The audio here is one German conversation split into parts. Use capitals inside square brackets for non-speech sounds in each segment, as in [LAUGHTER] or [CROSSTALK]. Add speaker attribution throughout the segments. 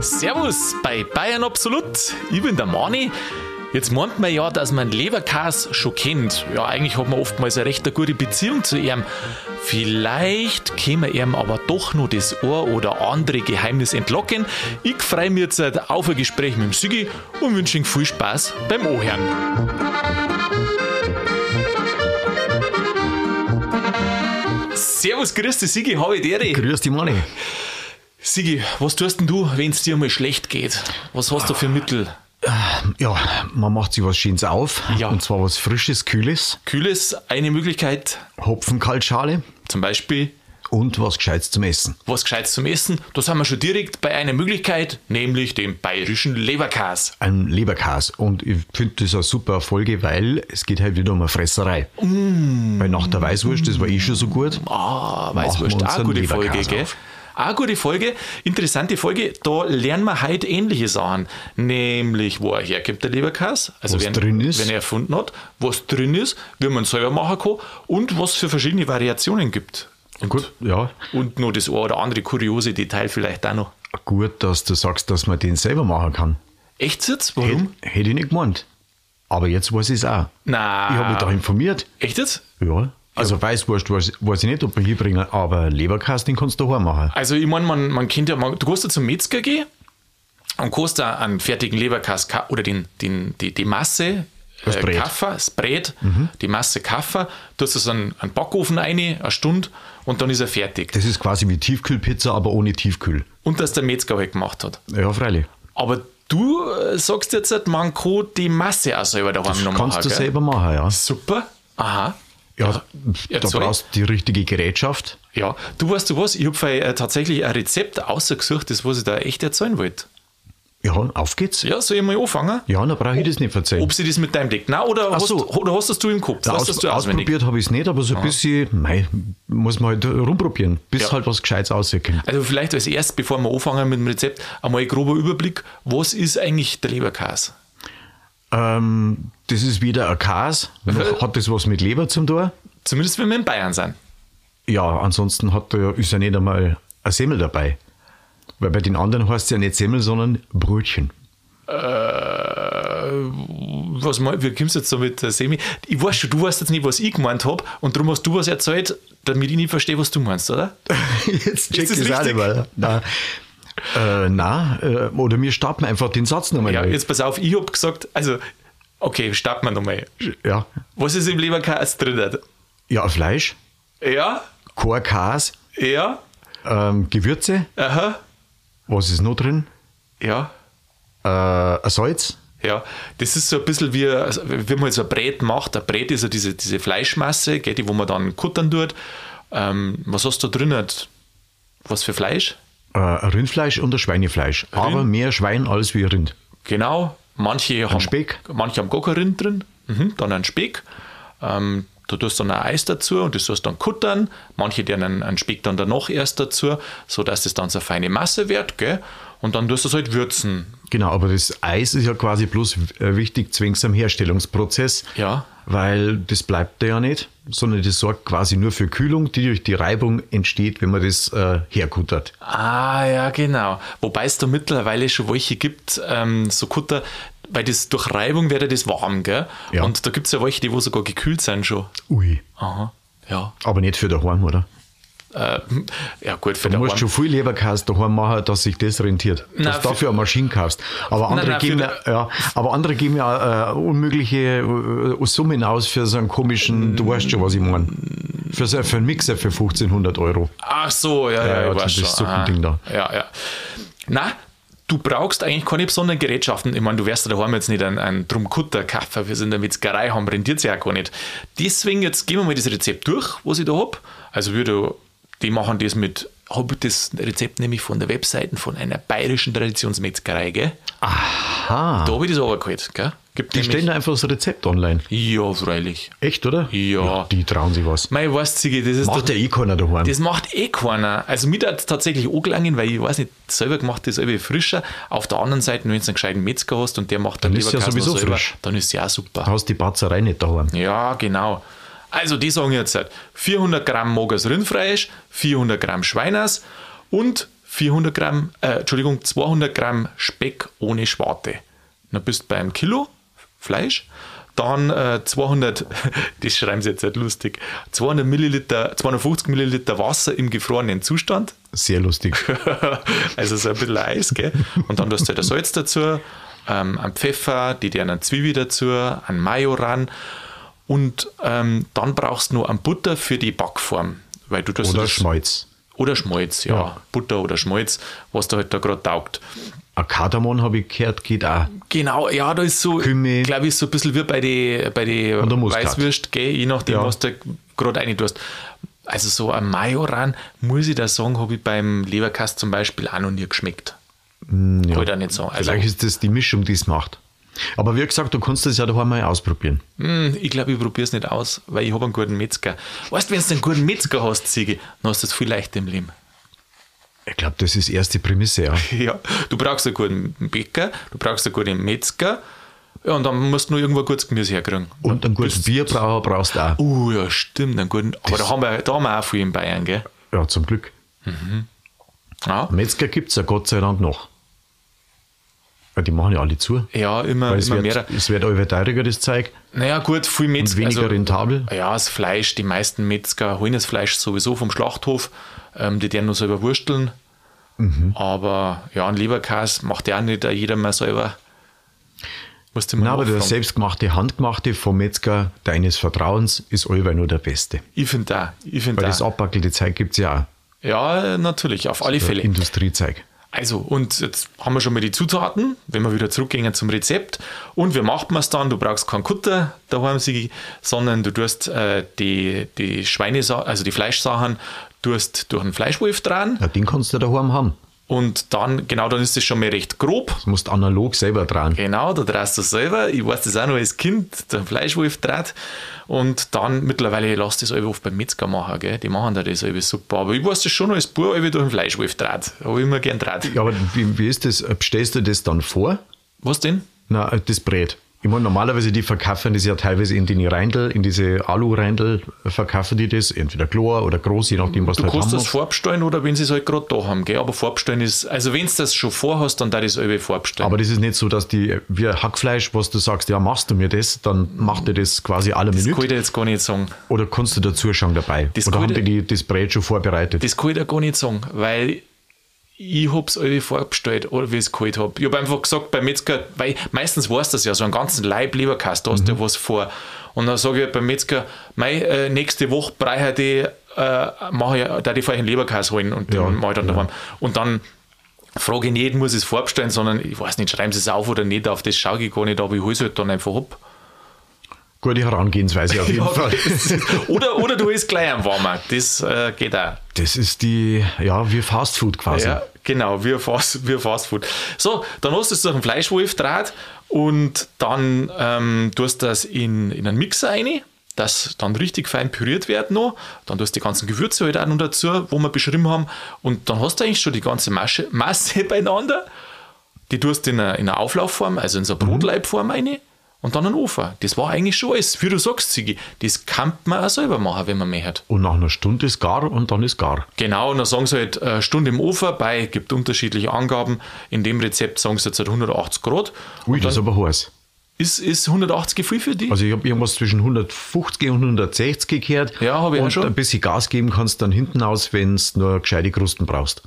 Speaker 1: Servus bei Bayern Absolut. Ich bin der Mani. Jetzt meint man ja, dass man Leberkas schon kennt. Ja, eigentlich hat man oftmals eine recht gute Beziehung zu ihm. Vielleicht können wir ihm aber doch nur das ein oder andere Geheimnis entlocken. Ich freue mich jetzt halt auf ein Gespräch mit dem Sigi und wünsche ihm viel Spaß beim Ohren. Servus, grüß dich, Sigi, habe ich dir.
Speaker 2: Grüß dich, Mani.
Speaker 1: Sigi, was tust denn du, wenn es dir mal schlecht geht? Was hast du für Mittel?
Speaker 2: Ja, man macht sich was Schönes auf.
Speaker 1: Ja.
Speaker 2: Und zwar was Frisches, Kühles.
Speaker 1: Kühles, eine Möglichkeit,
Speaker 2: Hopfenkaltschale
Speaker 1: zum Beispiel
Speaker 2: und was Gescheites zum Essen.
Speaker 1: was Gescheites zum Essen. Da sind wir schon direkt bei einer Möglichkeit, nämlich dem bayerischen Leberkas.
Speaker 2: Ein Leberkas. Und ich finde das eine super Folge, weil es geht halt wieder um eine Fresserei. Weil nach der Weißwurst, das war eh schon so gut.
Speaker 1: Ah, Weißwurst,
Speaker 2: wir
Speaker 1: auch
Speaker 2: unseren
Speaker 1: gute
Speaker 2: Leberkas
Speaker 1: Folge, gell?
Speaker 2: auf.
Speaker 1: Auch gute Folge, interessante Folge. Da lernen wir heute ähnliche Sachen. Nämlich, wo er herkommt, der Leberkas. Also,
Speaker 2: Was
Speaker 1: wenn,
Speaker 2: drin ist.
Speaker 1: wenn er erfunden hat, was drin ist, wie man es selber machen kann und was für verschiedene Variationen gibt. Und,
Speaker 2: Gut, ja.
Speaker 1: und nur das ein oder andere kuriose Detail vielleicht auch noch.
Speaker 2: Gut, dass du sagst, dass man den selber machen kann.
Speaker 1: Echt jetzt?
Speaker 2: Hätte
Speaker 1: Warum?
Speaker 2: hätte ich nicht gemeint. Aber jetzt weiß ich es auch.
Speaker 1: Na.
Speaker 2: Ich habe mich da informiert.
Speaker 1: Echt jetzt?
Speaker 2: Ah. Ja. Also Weißwurst weiß, weiß ich nicht, ob wir hier bringen, aber Leberkas, den kannst du daheim machen.
Speaker 1: Also ich meine, man, man kennt ja, man, du kannst ja zum Metzger gehen und kannst da einen fertigen Leberkass ka- oder den, den, die, die Masse äh,
Speaker 2: Das Brät. Mhm.
Speaker 1: Kaffer, das Brät, die Masse Kaffer, du hast das an einen Backofen eine, eine Stunde und dann ist er fertig.
Speaker 2: Das ist quasi wie Tiefkühlpizza, aber ohne Tiefkühl.
Speaker 1: Und dass der Metzger halt gemacht hat.
Speaker 2: Ja, freilich.
Speaker 1: Aber du äh, sagst jetzt, halt, man kann die Masse auch selber daheim noch
Speaker 2: Kannst du
Speaker 1: gell?
Speaker 2: selber machen, ja.
Speaker 1: Super. Aha.
Speaker 2: Ja,
Speaker 1: Ja,
Speaker 2: da
Speaker 1: sorry.
Speaker 2: brauchst du die richtige Gerätschaft.
Speaker 1: Ja, du weißt du was, ich habe äh, tatsächlich ein Rezept ausgesucht, das was ich da echt erzählen wollte.
Speaker 2: Ja, auf geht's.
Speaker 1: Ja, soll ich mal anfangen?
Speaker 2: Ja, dann brauche ich das nicht erzählen.
Speaker 1: Ob sie das mit deinem deckt? Nein, oder, hast,
Speaker 2: so.
Speaker 1: oder hast das du im Kopf?
Speaker 2: Aus,
Speaker 1: Hast das du auswendig?
Speaker 2: ausprobiert habe ich es nicht, aber so ein bisschen, nein, muss man halt rumprobieren, bis
Speaker 1: Ja.
Speaker 2: halt was Gescheites rauskommt.
Speaker 1: Also vielleicht als erst, bevor wir anfangen mit dem Rezept, einmal ein grober Überblick, was ist eigentlich der Leberkäse?
Speaker 2: Ähm, das ist wieder ein Kas.
Speaker 1: [LAUGHS]
Speaker 2: Noch hat das was mit Leber zum tun?
Speaker 1: Zumindest wenn wir in Bayern sind.
Speaker 2: Ja, ansonsten hat er, ist ja nicht einmal ein Semmel dabei. Weil bei den anderen heißt es ja nicht Semmel, sondern Brötchen.
Speaker 1: Äh, Was mein, wie kommst du jetzt damit, Semi? Ich weiß schon, du weißt jetzt nicht, was ich gemeint habe und darum hast du was erzählt, damit ich nicht verstehe, was du meinst, oder?
Speaker 2: [LAUGHS] Jetzt check
Speaker 1: das
Speaker 2: ich es auch
Speaker 1: richtig?
Speaker 2: nicht mehr. Nein. Äh, nein, äh, oder wir starten einfach den Satz nochmal.
Speaker 1: Ja,
Speaker 2: neu.
Speaker 1: jetzt pass auf, ich habe gesagt, also, okay, starten wir nochmal.
Speaker 2: ja.
Speaker 1: Was ist im Leberkäse drin?
Speaker 2: ja, Fleisch,
Speaker 1: Ja,
Speaker 2: Korkas,
Speaker 1: ja,
Speaker 2: ähm, Gewürze,
Speaker 1: aha,
Speaker 2: was ist noch drin?
Speaker 1: ja.
Speaker 2: Äh, ein Salz,
Speaker 1: Ja, das ist so ein bisschen wie, also wenn man jetzt ein Brät macht. Ein Brät ist ja diese, diese Fleischmasse, gell, die wo man dann kuttern tut. Ähm, was hast du da drin? Was für Fleisch?
Speaker 2: äh, ein Rindfleisch und ein Schweinefleisch. Aber mehr Schwein als wie Rind.
Speaker 1: Genau. Manche haben,
Speaker 2: Speck.
Speaker 1: Manche haben gar kein Rind drin. Mhm, dann ein Speck. Ähm, da tust du dann ein Eis dazu und das sollst dann kuttern. Manche deren einen, einen Speck dann danach erst dazu, sodass das dann so eine feine Masse wird. Gell? Und dann tust du es halt würzen.
Speaker 2: Genau, aber das Eis ist ja quasi bloß äh, wichtig zwings am Herstellungsprozess.
Speaker 1: Ja.
Speaker 2: Weil das bleibt da ja nicht, sondern das sorgt quasi nur für Kühlung, die durch die Reibung entsteht, wenn man das äh, herkuttert.
Speaker 1: Ah, ja, genau. Wobei es da mittlerweile schon welche gibt, ähm, so Kutter, weil das durch Reibung wird ja das warm, gell?
Speaker 2: Ja.
Speaker 1: Und da gibt es ja welche, die wo sogar gekühlt sind schon.
Speaker 2: Ui.
Speaker 1: Aha, ja.
Speaker 2: Aber nicht für daheim, oder?
Speaker 1: Äh, ja, gut, für
Speaker 2: Du
Speaker 1: den
Speaker 2: musst
Speaker 1: Arm.
Speaker 2: schon viel Leberkäse daheim machen, dass sich das rentiert. dass
Speaker 1: für-
Speaker 2: du dafür eine Maschine kaufst. Aber andere
Speaker 1: nein,
Speaker 2: geben,
Speaker 1: für-
Speaker 2: ja, ja, aber andere geben ja äh, unmögliche äh, Summen aus für so einen komischen, du weißt schon, was ich meine. Für, so, für einen Mixer für 1500 Euro.
Speaker 1: Ach so, ja,
Speaker 2: Ja,
Speaker 1: ja,
Speaker 2: ja,
Speaker 1: ich weiß
Speaker 2: das
Speaker 1: schon.
Speaker 2: Suppending
Speaker 1: Aha.
Speaker 2: da.
Speaker 1: Ja, ja. Na, du brauchst eigentlich keine besonderen Gerätschaften. Ich meine, du wärst ja daheim jetzt nicht ein, ein Drumkutter-Kaffer, wir sind in der Metzgerei, haben rentiert sich ja gar nicht. Deswegen, jetzt gehen wir mal das Rezept durch, was ich da habe. Also würde, die machen das mit, habe das Rezept nämlich von der Webseite von einer bayerischen Traditionsmetzgerei, gell?
Speaker 2: Ha,
Speaker 1: Da habe ich das runtergeholt, gell? Gibt
Speaker 2: die stellen da einfach das Rezept online.
Speaker 1: Ja, freilich.
Speaker 2: Echt, oder?
Speaker 1: Ja.
Speaker 2: die trauen sich was.
Speaker 1: Mei, weißt du, Sigi, das ist
Speaker 2: Macht der eh keiner daheim.
Speaker 1: Das macht eh keiner. Also mir hat es tatsächlich angelangen, weil ich weiß nicht, selber gemacht ist irgendwie frischer. Auf der anderen Seite, wenn du einen gescheiten Metzger hast und der macht dann,
Speaker 2: Dann ist ja
Speaker 1: Leberkäse noch
Speaker 2: sowieso
Speaker 1: selber,
Speaker 2: frisch.
Speaker 1: dann ist ja auch super.
Speaker 2: hast die Batzerei nicht daheim.
Speaker 1: Ja, genau. Also die sagen jetzt halt 400 Gramm Mogers Rindfleisch, 400 Gramm Schweiners und 400 Gramm, äh, Entschuldigung, 200 Gramm Speck ohne Schwarte. Dann bist du bei einem Kilo Fleisch. Dann äh, 200, [LAUGHS] das schreiben sie jetzt halt lustig, 200 Milliliter, 250 Milliliter Wasser im gefrorenen Zustand.
Speaker 2: Sehr lustig.
Speaker 1: [LAUGHS] also so ein bisschen Eis, gell? Und dann tust du halt ein Salz dazu, ähm, einen Pfeffer, die dir einen Zwiebel dazu, einen Mayo ran. Und ähm, dann brauchst du noch einen Butter für die Backform. Weil du tust
Speaker 2: Oder
Speaker 1: das,
Speaker 2: Schmalz.
Speaker 1: oder Schmalz, ja.
Speaker 2: Ja.
Speaker 1: Butter oder Schmalz, was da halt da gerade taugt.
Speaker 2: Ein Kardamom habe ich gehört, geht auch.
Speaker 1: Genau, ja, da ist so,
Speaker 2: Kümmel.
Speaker 1: glaube ich, so ein bisschen wie bei den bei die
Speaker 2: der Mustard.
Speaker 1: Weißwürst, gell? je nachdem,
Speaker 2: Ja.
Speaker 1: was du gerade rein tust. Also so ein Majoran, muss ich da sagen, habe ich beim Leberkast zum Beispiel auch noch nie geschmeckt. Ja. Kann ich da nicht sagen. Also,
Speaker 2: Mm, Vielleicht ist das die Mischung, die es macht. Aber wie gesagt, du kannst das ja doch einmal ausprobieren.
Speaker 1: mh, mm, ich glaube, ich probiere es nicht aus, weil ich habe einen guten Metzger. Weißt du, wenn du einen guten Metzger hast, Siege, dann hast du es viel leichter im Leben. [LAUGHS]
Speaker 2: Ich glaube, das ist erst die Prämisse, ja.
Speaker 1: Ja, du brauchst einen guten Bäcker, du brauchst einen guten Metzger ja, und dann musst du nur irgendwo ein gutes Gemüse herkriegen.
Speaker 2: Und einen guten Bierbrauer brauchst du auch.
Speaker 1: Oh ja, stimmt, einen guten. Aber da haben, wir, da haben wir auch viel in Bayern, gell?
Speaker 2: Ja, zum Glück.
Speaker 1: Ja,
Speaker 2: Metzger gibt es ja Gott sei Dank noch. Ja, die machen ja alle zu.
Speaker 1: ja immer,
Speaker 2: Weil es
Speaker 1: immer
Speaker 2: wird,
Speaker 1: mehr. Also
Speaker 2: es wird immer teurer, das Zeug.
Speaker 1: Naja, gut, viel Metzger.
Speaker 2: Weniger rentabel.
Speaker 1: Ja, das Fleisch, die meisten Metzger holen das Fleisch sowieso vom Schlachthof, ähm, die deren nur selber wursteln.
Speaker 2: Mhm.
Speaker 1: Aber ja, ein Leberkäse macht ja auch nicht jeder mal selber. Musst du mal
Speaker 2: Nein, aber der
Speaker 1: nachfragen.
Speaker 2: selbstgemachte, handgemachte vom Metzger deines Vertrauens ist allweil nur der beste.
Speaker 1: Ich finde da, ich finde
Speaker 2: Weil
Speaker 1: da.
Speaker 2: das abbackelte Zeug gibt es ja
Speaker 1: Ja, natürlich, auf alle
Speaker 2: auch.
Speaker 1: Fälle.
Speaker 2: Industriezeug.
Speaker 1: Also, und jetzt haben wir schon mal die Zutaten, wenn wir wieder zurückgehen zum Rezept. Und wie macht man es dann? Du brauchst keinen Kutter daheim, Sigi, sondern du tust äh, die, die Schweine, also die Fleischsachen, tust durch einen Fleischwolf dran.
Speaker 2: Ja, den kannst du daheim haben.
Speaker 1: Und dann, genau, dann ist das schon mal recht grob.
Speaker 2: Du musst analog selber dran.
Speaker 1: Genau, da drehst du selber. Ich weiß das auch noch als Kind, der Fleischwolf dreht. Und dann, mittlerweile lass das alle oft beim Metzger machen, gell? Die machen da das alle super. Aber ich weiß das schon noch als Bub, alle durch den Fleischwolf dreht. Habe ich immer gern dreht.
Speaker 2: Ja, aber wie, wie ist das? Stellst du das dann vor?
Speaker 1: Was denn?
Speaker 2: Na, das Brät. Ich meine, normalerweise die verkaufen das ja teilweise in die Reindl, in diese Alu-Reindl verkaufen die das, entweder Chlor oder groß, je nachdem, was
Speaker 1: Du
Speaker 2: halt
Speaker 1: kannst
Speaker 2: haben
Speaker 1: das vorbestellen oder wenn sie es halt gerade da haben, gell? aber vorbestellen ist, also wenn du das schon vorhast, dann da das selbe vorbestellen.
Speaker 2: Aber das ist nicht so, dass die, wie Hackfleisch, was du sagst, ja, machst du mir das, dann macht dir das quasi alle
Speaker 1: das kann
Speaker 2: Minuten.
Speaker 1: ich dir jetzt gar nicht sagen.
Speaker 2: Oder kannst du dazu schauen dabei?
Speaker 1: Das
Speaker 2: oder haben
Speaker 1: kann
Speaker 2: die,
Speaker 1: ich-
Speaker 2: die das Brät schon vorbereitet?
Speaker 1: Das kann ich dir gar nicht sagen, weil ich hab's alle vorbestellt, oder wie ich es geholt habe. Ich habe einfach gesagt, beim Metzger, weil meistens weißt du das ja, so einen ganzen Leib Leberkast, da hast du ja was vor. Und dann sage ich halt beim Metzger, mei, äh, nächste Woche brauche ich die, äh, mache ich, da die vorher einen Leberkast holen und den mache ich dann daheim. Und dann frage ich nicht, muss ich es vorbestellen, sondern ich weiß nicht, schreiben sie es auf oder nicht, auf das schaue ich gar nicht, aber ich hole es halt dann einfach ab.
Speaker 2: Gute Herangehensweise
Speaker 1: [LAUGHS]
Speaker 2: auf jeden Fall.
Speaker 1: Oder, oder du holst gleich am Warmer, das äh, geht auch.
Speaker 2: Das ist die, ja, wie Fast Food quasi.
Speaker 1: Ja, genau, wie ein Fast, wie ein Fast Food. So, dann hast du es durch einen Fleischwolfdraht und dann ähm, tust du das in, in einen Mixer rein, das dann richtig fein püriert wird noch. Dann tust du die ganzen Gewürze halt auch noch dazu, wo wir beschrieben haben. Und dann hast du eigentlich schon die ganze Masche, [LAUGHS] Masse beieinander. Die tust du in einer, in einer Auflaufform, also in so eine Brotleibform rein und dann einen Ofen. Das war eigentlich schon alles. Wie du sagst, Sigi, das kann man auch selber machen, wenn man mehr hat.
Speaker 2: Und nach einer Stunde ist gar und dann ist gar.
Speaker 1: Genau, und dann sagen sie halt äh, Stunde im Ofen bei, gibt unterschiedliche Angaben. In dem Rezept sagen sie jetzt halt 180 Grad.
Speaker 2: Ui, das ist aber heiß.
Speaker 1: Ist, ist 180 Gefühl für die?
Speaker 2: Also ich habe irgendwas zwischen 150 und 160 gekehrt.
Speaker 1: Ja, hab ich auch
Speaker 2: Und
Speaker 1: schon.
Speaker 2: ein bisschen Gas geben kannst dann hinten aus, wenn es nur gescheite Krusten brauchst.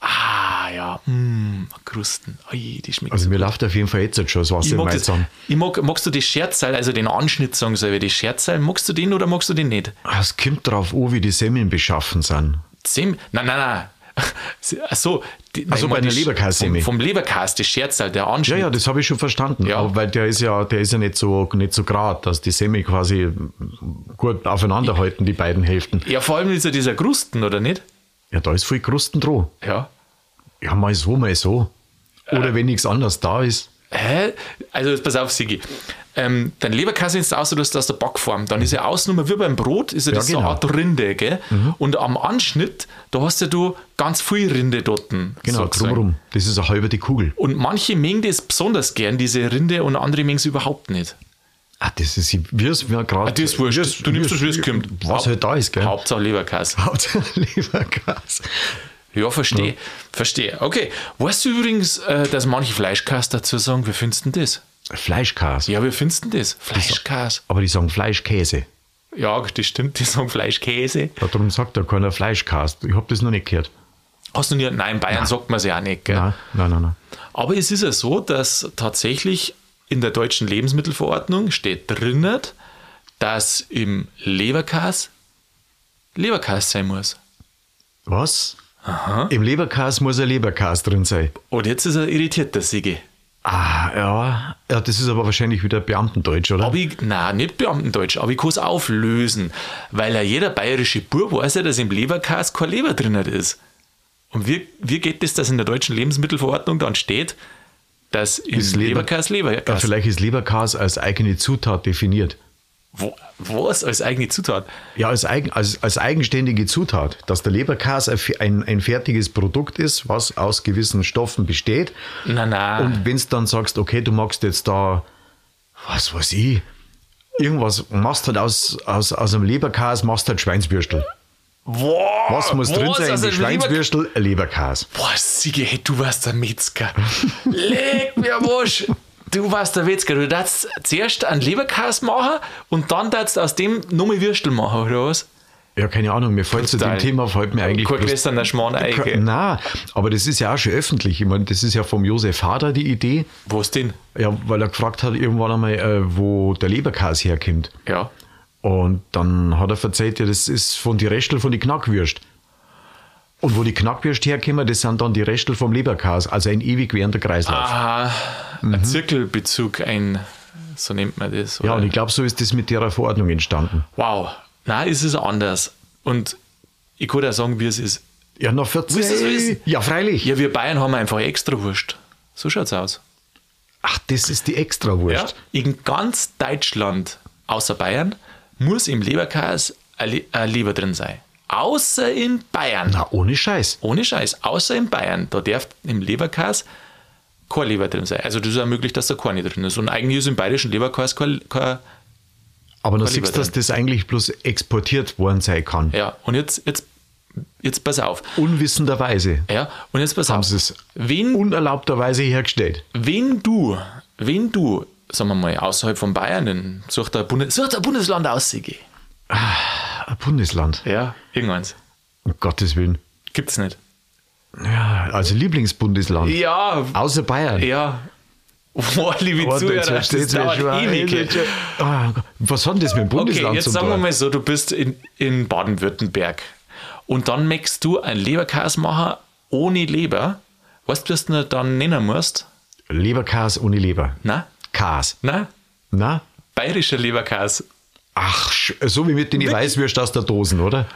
Speaker 1: ah, ja, mm, Krusten. Ui, die schmeckt
Speaker 2: Also mir läuft auf jeden Fall jetzt schon das Wasser
Speaker 1: ich
Speaker 2: im
Speaker 1: mag
Speaker 2: Hals
Speaker 1: das.
Speaker 2: an.
Speaker 1: Ich mag, magst du die Scherzseil, also den Anschnitt, sagen sie, die Scherzseil, magst du den oder magst du den nicht?
Speaker 2: Ah, Es kommt drauf an, wie die Semmeln beschaffen sind.
Speaker 1: Zim? Nein, nein, nein. [LAUGHS] Ach so, die, nein,
Speaker 2: so,
Speaker 1: ich mein,
Speaker 2: bei der
Speaker 1: die-
Speaker 2: Leberkassemme.
Speaker 1: Vom, vom Leberkass, die Scherzseil, der
Speaker 2: Ja,
Speaker 1: Anschnitt.
Speaker 2: ja, das habe ich schon verstanden.
Speaker 1: Ja.
Speaker 2: Aber weil der ist ja, der ist ja nicht so, nicht so grad, dass die Semmel quasi gut aufeinanderhalten, die beiden Hälften.
Speaker 1: ja, vor allem ist ja dieser Krusten, oder nicht?
Speaker 2: Ja, da ist viel Krusten dran.
Speaker 1: Ja.
Speaker 2: Ja, mal so, mal so. Oder
Speaker 1: Äh.
Speaker 2: wenn nichts anderes da ist.
Speaker 1: Hä? Also jetzt pass auf, Sigi. Ähm, dein Leberkäse ist aus, du hast aus der Backform. Dann ist ja außen nur wie beim Brot, ist ja, das so
Speaker 2: genau. Mhm.
Speaker 1: eine Art Rinde, gell? Und am Anschnitt, da hast ja du ganz viel Rinde dort.
Speaker 2: Genau,
Speaker 1: sozusagen.
Speaker 2: drumherum. Das ist eine halbe die Kugel.
Speaker 1: Und manche mengen das besonders gern, diese Rinde, und andere mengen es überhaupt nicht.
Speaker 2: Ah, das ist, wir ist mir gerade.
Speaker 1: Ah, Das ist wurscht. du nimmst das, wie es kommt.
Speaker 2: Was halt da ist, gell?
Speaker 1: Hauptsache Leberkäse.
Speaker 2: Hauptsache [LAUGHS] Leberkäse.
Speaker 1: Ja, verstehe. Verstehe. Okay. Weißt du übrigens, äh, dass manche Fleischkäse dazu sagen, wie findest du denn das?
Speaker 2: Fleischkäse.
Speaker 1: Ja, wie findest du denn das? Fleischkäse.
Speaker 2: Aber die sagen Fleischkäse.
Speaker 1: Ja, das stimmt. Die sagen Fleischkäse.
Speaker 2: Darum sagt da keiner Fleischkäse. Ich habe das noch nicht gehört.
Speaker 1: Hast du nie, nein, in Bayern sagt man es ja auch nicht. Gell?
Speaker 2: Nein, nein, nein. nein.
Speaker 1: Aber es ist ja so, dass tatsächlich in der deutschen Lebensmittelverordnung steht drinnen, dass im Leberkäse Leberkäse sein muss.
Speaker 2: Was? Im Leberkäse muss ein Leberkäse drin sein.
Speaker 1: Und jetzt ist er irritiert, der Sigi.
Speaker 2: Ah, ja. ja. Das ist aber wahrscheinlich wieder Beamtendeutsch, oder?
Speaker 1: Aber ich, nein, nicht Beamtendeutsch, aber ich kann es auflösen, weil ja jeder bayerische Bub weiß ja, dass im Leberkäse kein Leber drin ist. Und wie, wie geht es, dass in der deutschen Lebensmittelverordnung dann steht, dass im
Speaker 2: Ist Leber-
Speaker 1: Leberkäse Leberkäse
Speaker 2: ja, vielleicht ist Leberkäse als eigene Zutat definiert.
Speaker 1: Wo, was als eigene Zutat?
Speaker 2: Ja, als, eigen, als, als eigenständige Zutat, dass der Leberkäse ein, fe- ein, ein fertiges Produkt ist, was aus gewissen Stoffen besteht.
Speaker 1: Na na.
Speaker 2: Und wenn du dann sagst, okay, du magst jetzt da, was weiß ich, irgendwas, machst halt aus, aus, aus einem Leberkäse, machst halt Schweinsbürstel.
Speaker 1: Boah,
Speaker 2: Was muss drin
Speaker 1: was
Speaker 2: sein in
Speaker 1: aus
Speaker 2: die
Speaker 1: einem Leber-
Speaker 2: Schweinsbürstel? Ein Leberkäse.
Speaker 1: Boah, Sigi, hey, du warst der Metzger.
Speaker 2: [LAUGHS]
Speaker 1: Leg mir Wusch. Du warst der Metzger. Du darfst zuerst einen Leberkäse machen und dann darfst aus dem nochmal Würstel machen, oder was?
Speaker 2: Ja, keine Ahnung, mir fällt zu dem
Speaker 1: Total.
Speaker 2: Thema, fällt mir eigentlich
Speaker 1: Kein
Speaker 2: bloß-
Speaker 1: Gläsern der Schmarrn eigentlich.
Speaker 2: Na, aber das ist ja auch schon öffentlich. Ich meine, das ist ja vom Josef Hader die Idee,
Speaker 1: Wo ist denn?
Speaker 2: ja, weil er gefragt hat irgendwann einmal, äh, wo der Leberkäse herkommt.
Speaker 1: Ja.
Speaker 2: Und dann hat er verzeiht, ja, das ist von die Restel von die Knackwürst. Und wo die Knackwürst herkommen, das sind dann die Restel vom Leberkäse, also ein ewig währender Kreislauf.
Speaker 1: Aha, ein Zirkelbezug, ein, so nennt man das.
Speaker 2: Mhm. ja,
Speaker 1: oder?
Speaker 2: und ich glaube, so ist das mit der Verordnung entstanden.
Speaker 1: wow. Nein, es ist anders. Und ich kann dir sagen, wie es ist.
Speaker 2: Ja, nach 14.
Speaker 1: Willst du das wissen?
Speaker 2: Ja, freilich.
Speaker 1: Ja, wir Bayern haben einfach extra Wurst. So schaut's aus.
Speaker 2: Ach, das ist die Extrawurst.
Speaker 1: Ja, in ganz Deutschland, außer Bayern, muss im Leberkäse ein Le- ein Leber drin sein. Außer in Bayern.
Speaker 2: Na, ohne Scheiß.
Speaker 1: Ohne Scheiß, außer in Bayern. Da darf im Leberkäse kein Leber drin sein. Also das ist ja möglich, dass da kein drin ist. Und eigentlich ist im bayerischen Leberkäse kein, kein
Speaker 2: Aber da
Speaker 1: Kann lieber
Speaker 2: siehst du, dass
Speaker 1: sein.
Speaker 2: das eigentlich bloß exportiert worden sein kann.
Speaker 1: Ja, und jetzt, jetzt, jetzt pass auf.
Speaker 2: Unwissenderweise.
Speaker 1: Ja, und jetzt pass
Speaker 2: Haben
Speaker 1: auf.
Speaker 2: sie es
Speaker 1: Wenn,
Speaker 2: unerlaubterweise hergestellt.
Speaker 1: wenn du, wenn du, sagen wir mal, außerhalb von Bayern, dann such da ein, Bundes, such da ein Bundesland aus, Sigi.
Speaker 2: Ein Bundesland.
Speaker 1: Ja, irgendeins.
Speaker 2: Um Gottes Willen.
Speaker 1: Gibt's nicht.
Speaker 2: Ja, also Lieblingsbundesland.
Speaker 1: Ja,
Speaker 2: Außer Bayern.
Speaker 1: ja. Boah, liebe
Speaker 2: Oh,
Speaker 1: Zuhörer,
Speaker 2: jetzt
Speaker 1: das
Speaker 2: versteht's mir
Speaker 1: dauert
Speaker 2: schon.
Speaker 1: ewig.
Speaker 2: Jetzt- Ah, Was hat denn das mit dem
Speaker 1: Okay,
Speaker 2: Bundesland
Speaker 1: jetzt
Speaker 2: zu
Speaker 1: sagen wir
Speaker 2: tun?
Speaker 1: mal so, du bist in, in Baden-Württemberg und dann möchtest du einen Leberkäse machen ohne Leber. Weißt du, was du dann nennen musst?
Speaker 2: Leberkäse ohne Leber.
Speaker 1: Na?
Speaker 2: Käse.
Speaker 1: Na?
Speaker 2: Na?
Speaker 1: Bayerischer Leberkäse.
Speaker 2: Ach, sch- so wie mit den Weißwürst aus der Dosen, oder?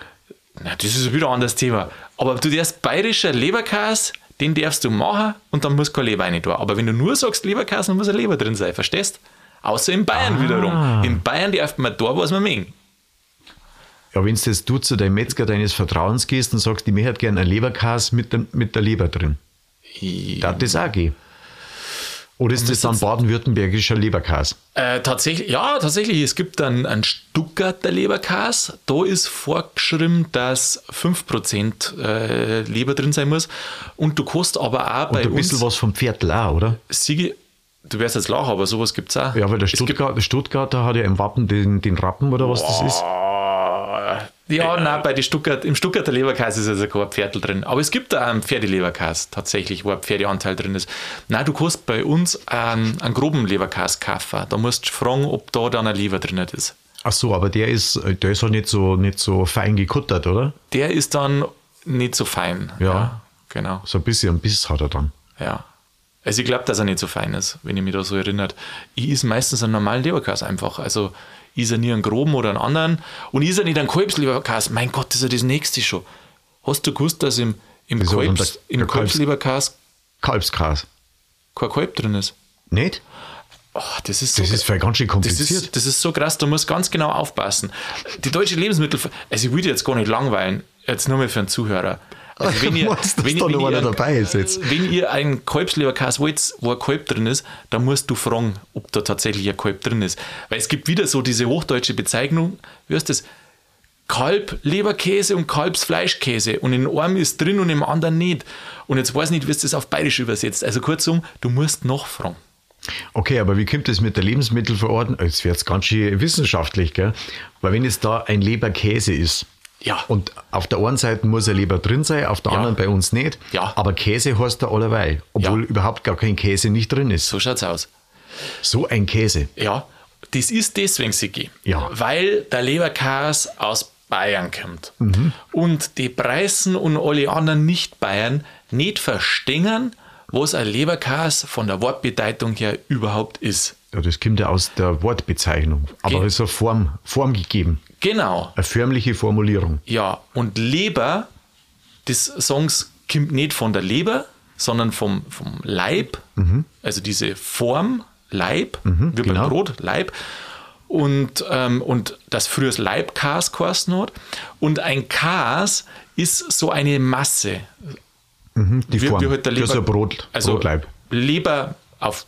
Speaker 1: Na, das ist wieder ein anderes Thema. Aber du darfst bayerischer Leberkäse, den darfst du machen und dann muss kein Leber rein tun. Aber wenn du nur sagst Leberkäse, dann muss ein Leber drin sein, verstehst? Außer in Bayern
Speaker 2: Ah.
Speaker 1: wiederum. In Bayern darf man da, was man mögen.
Speaker 2: Ja, wenn du jetzt du zu deinem Metzger deines Vertrauens gehst und sagst, ich hätte gerne einen Leberkäse mit, dem, mit der Leber drin. Darf das auch gehen? Oder ist das dann baden-württembergischer Leberkäse?
Speaker 1: Äh, tatsächlich, ja, tatsächlich. Es gibt dann einen Stuttgarter Leberkäse. Da ist vorgeschrieben, dass 5% äh, Leber drin sein muss. Und du kannst aber auch bei
Speaker 2: Ein bisschen
Speaker 1: uns...
Speaker 2: was vom Viertel auch, oder?
Speaker 1: Sigi, du wärst jetzt lachen, aber sowas gibt es auch.
Speaker 2: Ja, weil der
Speaker 1: Es gibt-
Speaker 2: Stuttgart, der Stuttgarter hat ja im Wappen den, den Rappen oder was das ist.
Speaker 1: Ah, Ja, nein, bei die Stuttgart, im Stuttgarter Leberkäse ist also kein Pferdel drin. Aber es gibt da einen Pferdeleberkäse tatsächlich, wo ein Pferdeanteil drin ist. Nein, du kannst bei uns einen, einen groben Leberkäse kaufen. Da musst du fragen, ob da dann ein Leber drin ist.
Speaker 2: Ach so, aber der ist, der ist halt nicht so, nicht so fein gekuttert, oder?
Speaker 1: Der ist dann nicht so fein.
Speaker 2: Ja.
Speaker 1: genau.
Speaker 2: So ein bisschen einen Biss hat er dann.
Speaker 1: Ja. Also ich glaube, dass er nicht so fein ist, wenn ich mich da so erinnert. Ich is meistens einen normalen Leberkäse einfach. Also is er nie einen groben oder einen anderen. Und is er nicht einen Kolbsleberkäse. Mein Gott, das ist ja das nächste schon. Hast du gewusst, dass im, im,
Speaker 2: Wieso? Und
Speaker 1: Kolbs,
Speaker 2: der-
Speaker 1: im
Speaker 2: der Kolbs-
Speaker 1: Kolbsleberkäse
Speaker 2: Kalbskas.
Speaker 1: kein Kolb drin ist?
Speaker 2: Nicht?
Speaker 1: Oh, das ist so
Speaker 2: Das ist vielleicht ganz schön
Speaker 1: das
Speaker 2: kompliziert.
Speaker 1: ist, das ist so krass, du musst ganz genau aufpassen. Die deutsche Lebensmittel, also ich will dich jetzt gar nicht langweilen, jetzt nur mal für einen Zuhörer.
Speaker 2: [LAUGHS]
Speaker 1: Also wenn ihr,
Speaker 2: Meinst du, dass
Speaker 1: wenn,
Speaker 2: da
Speaker 1: wenn,
Speaker 2: noch
Speaker 1: ihr,
Speaker 2: einer dabei ist jetzt?
Speaker 1: wenn ihr einen Kalbsleberkäse wollt, wo ein Kalb drin ist, dann musst du fragen, ob da tatsächlich ein Kalb drin ist. Weil es gibt wieder so diese hochdeutsche Bezeichnung, wie heißt das? Kalbleberkäse und Kalbsfleischkäse. Und in einem ist drin und im anderen nicht. Und jetzt weiß ich nicht, wie es das auf Bayerisch übersetzt. Also kurzum, du musst nachfragen.
Speaker 2: Okay, aber wie kommt das mit der Lebensmittelverordnung? Jetzt wird es ganz schön wissenschaftlich, gell? Weil wenn jetzt da ein Leberkäse ist,
Speaker 1: Ja.
Speaker 2: und auf der einen Seite muss ein Leber drin sein, auf der
Speaker 1: Ja.
Speaker 2: anderen bei uns nicht,
Speaker 1: Ja.
Speaker 2: aber Käse heißt da allerweil, obwohl
Speaker 1: Ja.
Speaker 2: überhaupt gar kein Käse nicht drin ist.
Speaker 1: So schaut's aus.
Speaker 2: So ein Käse.
Speaker 1: Ja, das ist deswegen Sigi.
Speaker 2: Ja.
Speaker 1: Weil der Leberkäse aus Bayern kommt. Und die Preußen und alle anderen Nicht-Bayern nicht verstehen, was ein Leberkäse von der Wortbedeutung her überhaupt ist.
Speaker 2: Ja, das kommt ja aus der Wortbezeichnung, aber
Speaker 1: Ge-
Speaker 2: ist eine Form, Form gegeben,
Speaker 1: Genau.
Speaker 2: eine förmliche Formulierung.
Speaker 1: Ja, und Leber des Songs kommt nicht von der Leber, sondern vom, vom Leib. Also diese Form, Leib, wie
Speaker 2: genau.
Speaker 1: beim Brot, Leib. Und, ähm, und das früher Leibkas geheißen hat. Und ein Kas ist so eine Masse.
Speaker 2: Die Form
Speaker 1: halt der
Speaker 2: für so ein Brot,
Speaker 1: also
Speaker 2: Brotleib.
Speaker 1: Leber auf,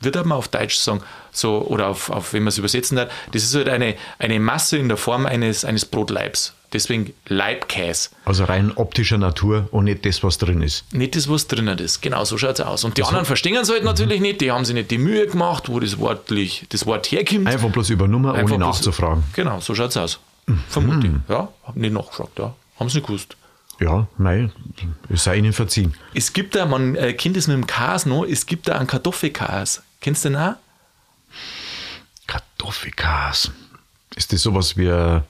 Speaker 1: wird man auf Deutsch sagen, so, oder auf, auf wenn man es übersetzen hat, das ist halt eine, eine Masse in der Form eines, eines Brotleibs. Deswegen Leibkäse.
Speaker 2: Also rein optischer Natur und nicht das, was drin ist.
Speaker 1: Nicht das, was drinnen ist. Genau, so schaut es aus. Und die anderen verstehen es halt
Speaker 2: Mhm.
Speaker 1: natürlich nicht, die haben sich nicht die Mühe gemacht, wo das wortlich, das Wort herkommt.
Speaker 2: Einfach bloß übernommen, ohne
Speaker 1: bloß-
Speaker 2: nachzufragen. Mhm.
Speaker 1: Genau, so schaut es aus. Vermutlich. Ja, haben nicht nachgefragt, ja. Haben sie nicht gewusst.
Speaker 2: Ja, nein, es sei ihnen verziehen.
Speaker 1: Es gibt da, man äh, kennt es mit dem Kas noch, es gibt da einen Kartoffelkas. Kennst du den auch?
Speaker 2: Kartoffelkas. Ist das sowas wie. Äh,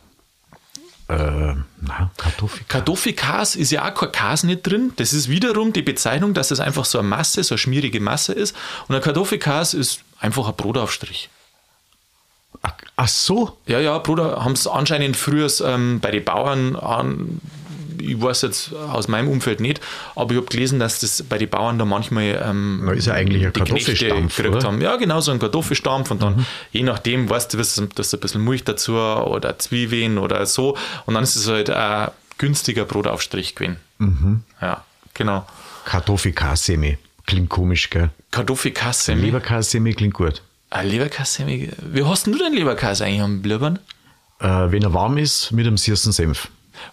Speaker 2: na, Kartoffelkas.
Speaker 1: Kartoffelkas ist ja auch kein Kas nicht drin. Das ist wiederum die Bezeichnung, dass das einfach so eine Masse, so eine schmierige Masse ist. Und ein Kartoffelkas ist einfach ein Brotaufstrich.
Speaker 2: Ach, ach so,
Speaker 1: Ja, ja, Bruder, haben es anscheinend früher ähm, bei den Bauern an. Ich weiß jetzt aus meinem Umfeld nicht, aber ich habe gelesen, dass das bei den Bauern da manchmal. Ähm,
Speaker 2: Na, ist ja eigentlich ein
Speaker 1: die Knechte
Speaker 2: Kartoffelstampf,
Speaker 1: gekriegt
Speaker 2: oder? Mhm.
Speaker 1: Haben. Ja, genau, so ein Kartoffelstampf und dann, je nachdem, weißt du, dass dass ein bisschen Milch dazu oder Zwiebeln oder so. Und dann ist es halt ein günstiger Brotaufstrich gewesen.
Speaker 2: Mhm.
Speaker 1: Ja, genau.
Speaker 2: Kartoffelkas-Semi. Klingt komisch, gell? Mhm.
Speaker 1: Kartoffelkassemi.
Speaker 2: Leberkas-Semi klingt gut.
Speaker 1: Ah, Leberkassemi. Wie hast denn du denn Leberkass eigentlich am Blubbern?
Speaker 2: Äh, wenn er warm ist, mit einem süßen Senf.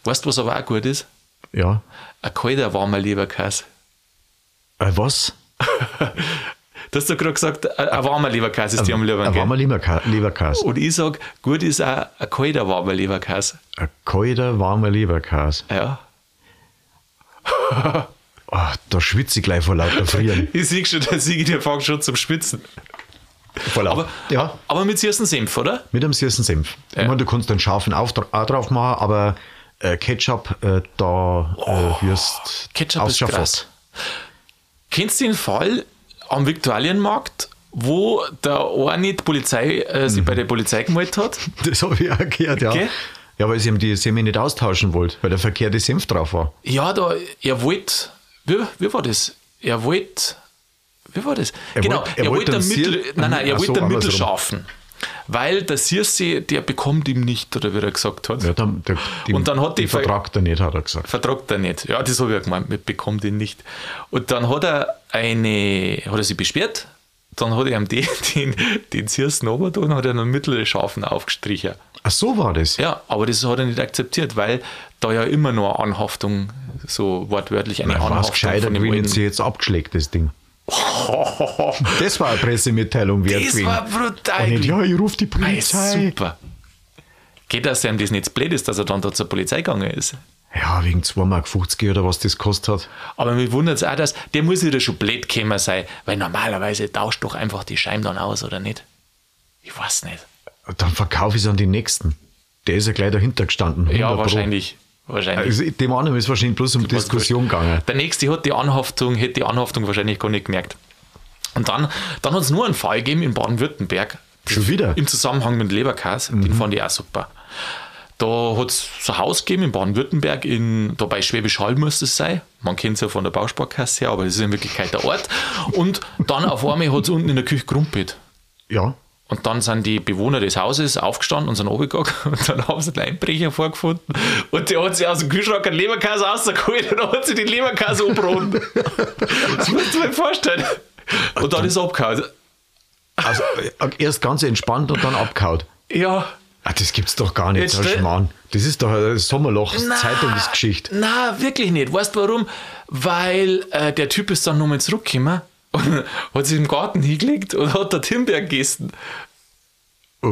Speaker 1: Weißt du, was aber auch gut ist?
Speaker 2: Ja.
Speaker 1: Ein kalter, warmer Leberkass.
Speaker 2: Äh, was?
Speaker 1: [LAUGHS] Du hast doch gerade gesagt, ein ein warmer Leberkäse ist die am Liebern.
Speaker 2: Ein warmer
Speaker 1: gell?
Speaker 2: Leberka- Leberkas.
Speaker 1: Und ich sage, gut ist auch ein kalter warmer Leberkäse.
Speaker 2: Ein kalter, warmer Leberkas.
Speaker 1: Ja.
Speaker 2: Ah, da schwitze ich gleich vor
Speaker 1: [LAUGHS]
Speaker 2: lauter Frieren.
Speaker 1: Ich sehe schon, der Sigi, der fängt schon zum Schwitzen.
Speaker 2: Voll
Speaker 1: Aber,
Speaker 2: ja,
Speaker 1: aber mit süßen Senf, oder?
Speaker 2: mit einem süßen Senf. Ich meine, du kannst einen scharfen auch drauf machen, aber äh, Ketchup, äh, da äh, wirst
Speaker 1: Oh, Ketchup ist
Speaker 2: ausschafft.
Speaker 1: krass. Kennst du den Fall am Viktualienmarkt, wo der eine die Polizei, äh,
Speaker 2: Mhm.
Speaker 1: sich bei der Polizei gemeldet hat?
Speaker 2: [LAUGHS] Das habe ich auch gehört, ja.
Speaker 1: Gell?
Speaker 2: Ja, weil sie eben die Semi nicht austauschen wollte, weil der verkehrte Senf drauf war.
Speaker 1: Ja, da, er wollte, wie, wie war das? Er wollte, wie war das?
Speaker 2: Er
Speaker 1: genau,
Speaker 2: wollte- er
Speaker 1: er
Speaker 2: wollte
Speaker 1: wollte
Speaker 2: einen
Speaker 1: ein Mittel,
Speaker 2: Sir-
Speaker 1: nein, nein,
Speaker 2: Ach
Speaker 1: er
Speaker 2: so,
Speaker 1: wollte ein Mittel
Speaker 2: andersrum.
Speaker 1: schaffen. Weil der Circe, der bekommt ihm nicht, oder wie er gesagt hat.
Speaker 2: Ja, dann, der, die,
Speaker 1: Und dann hat
Speaker 2: den
Speaker 1: die Ver-
Speaker 2: Vertrag der nicht, hat er gesagt.
Speaker 1: Vertragt er nicht. Ja, das habe ich ja gemeint, mit bekommt ihn nicht. Und dann hat er eine, hat er sich beschwert, dann hat er ihm den, [LAUGHS] den, den Circe runtergetan und hat einen Mittel schaffen aufgestrichen.
Speaker 2: Ach, so war das.
Speaker 1: Ja, aber das hat er nicht akzeptiert, weil da ja immer nur eine Anhaftung, so wortwörtlich eine
Speaker 2: War es
Speaker 1: Anhaftung
Speaker 2: gescheiter,
Speaker 1: von dem
Speaker 2: wenn
Speaker 1: alten- [LAUGHS]
Speaker 2: sie jetzt abgeschlägt, das Ding. Das war eine Pressemitteilung wert
Speaker 1: Das
Speaker 2: gewesen.
Speaker 1: war brutal.
Speaker 2: Und nicht, ja, ich rufe die
Speaker 1: Ey,
Speaker 2: Polizei.
Speaker 1: super. Geht das ihm das nicht so blöd ist, dass er dann da zur Polizei gegangen ist.
Speaker 2: Ja, wegen 2,50 Mark oder was das kostet hat.
Speaker 1: Aber mir wundert es auch, dass der muss wieder schon blöd gekommen sein, weil normalerweise tauscht doch einfach die Scheiben dann aus, oder nicht? Ich weiß nicht.
Speaker 2: Dann verkaufe ich es an den Nächsten. Der ist ja gleich dahinter gestanden. 100
Speaker 1: Ja,
Speaker 2: Pro.
Speaker 1: wahrscheinlich. Wahrscheinlich.
Speaker 2: Also, dem anderen ist wahrscheinlich bloß um Diskussion gegangen.
Speaker 1: Der nächste hat die Anhaftung, hätte die Anhaftung wahrscheinlich gar nicht gemerkt. Und dann, dann hat es nur einen Fall gegeben in Baden-Württemberg.
Speaker 2: Schon wieder?
Speaker 1: Im Zusammenhang mit Leberkas, den fand ich auch super. Da hat es so ein Haus gegeben in Baden-Württemberg, in, da bei Schwäbisch Hall muss es sein. Man kennt es ja von der Bausparkasse [LAUGHS] her, aber das ist in Wirklichkeit der Ort. Und dann auf einmal hat es unten in der Küche gerumpelt.
Speaker 2: Ja,
Speaker 1: Und dann sind die Bewohner des Hauses aufgestanden und sind runtergegangen [LAUGHS] und dann haben sie einen Einbrecher vorgefunden und der hat sich aus dem Kühlschrank einen Leberkäse rausgeholt und dann hat sie den Leberkäse umbraten. das musst du mir vorstellen. Und dann ist er abgehauen.
Speaker 2: Also, erst ganz entspannt und dann abgehaut.
Speaker 1: Ja.
Speaker 2: Ah, das gibt's doch gar nicht,
Speaker 1: Jetzt
Speaker 2: Herr
Speaker 1: stell-
Speaker 2: Schmarrn. Das ist doch eine
Speaker 1: Na,
Speaker 2: Sommerloch-Zeitungsgeschichte.
Speaker 1: Na, wirklich nicht. Weißt du warum? Weil äh, der Typ ist dann nochmal zurückgekommen [LAUGHS] und hat sich im Garten hingelegt und hat dort Himbeeren gegessen.
Speaker 2: Äh,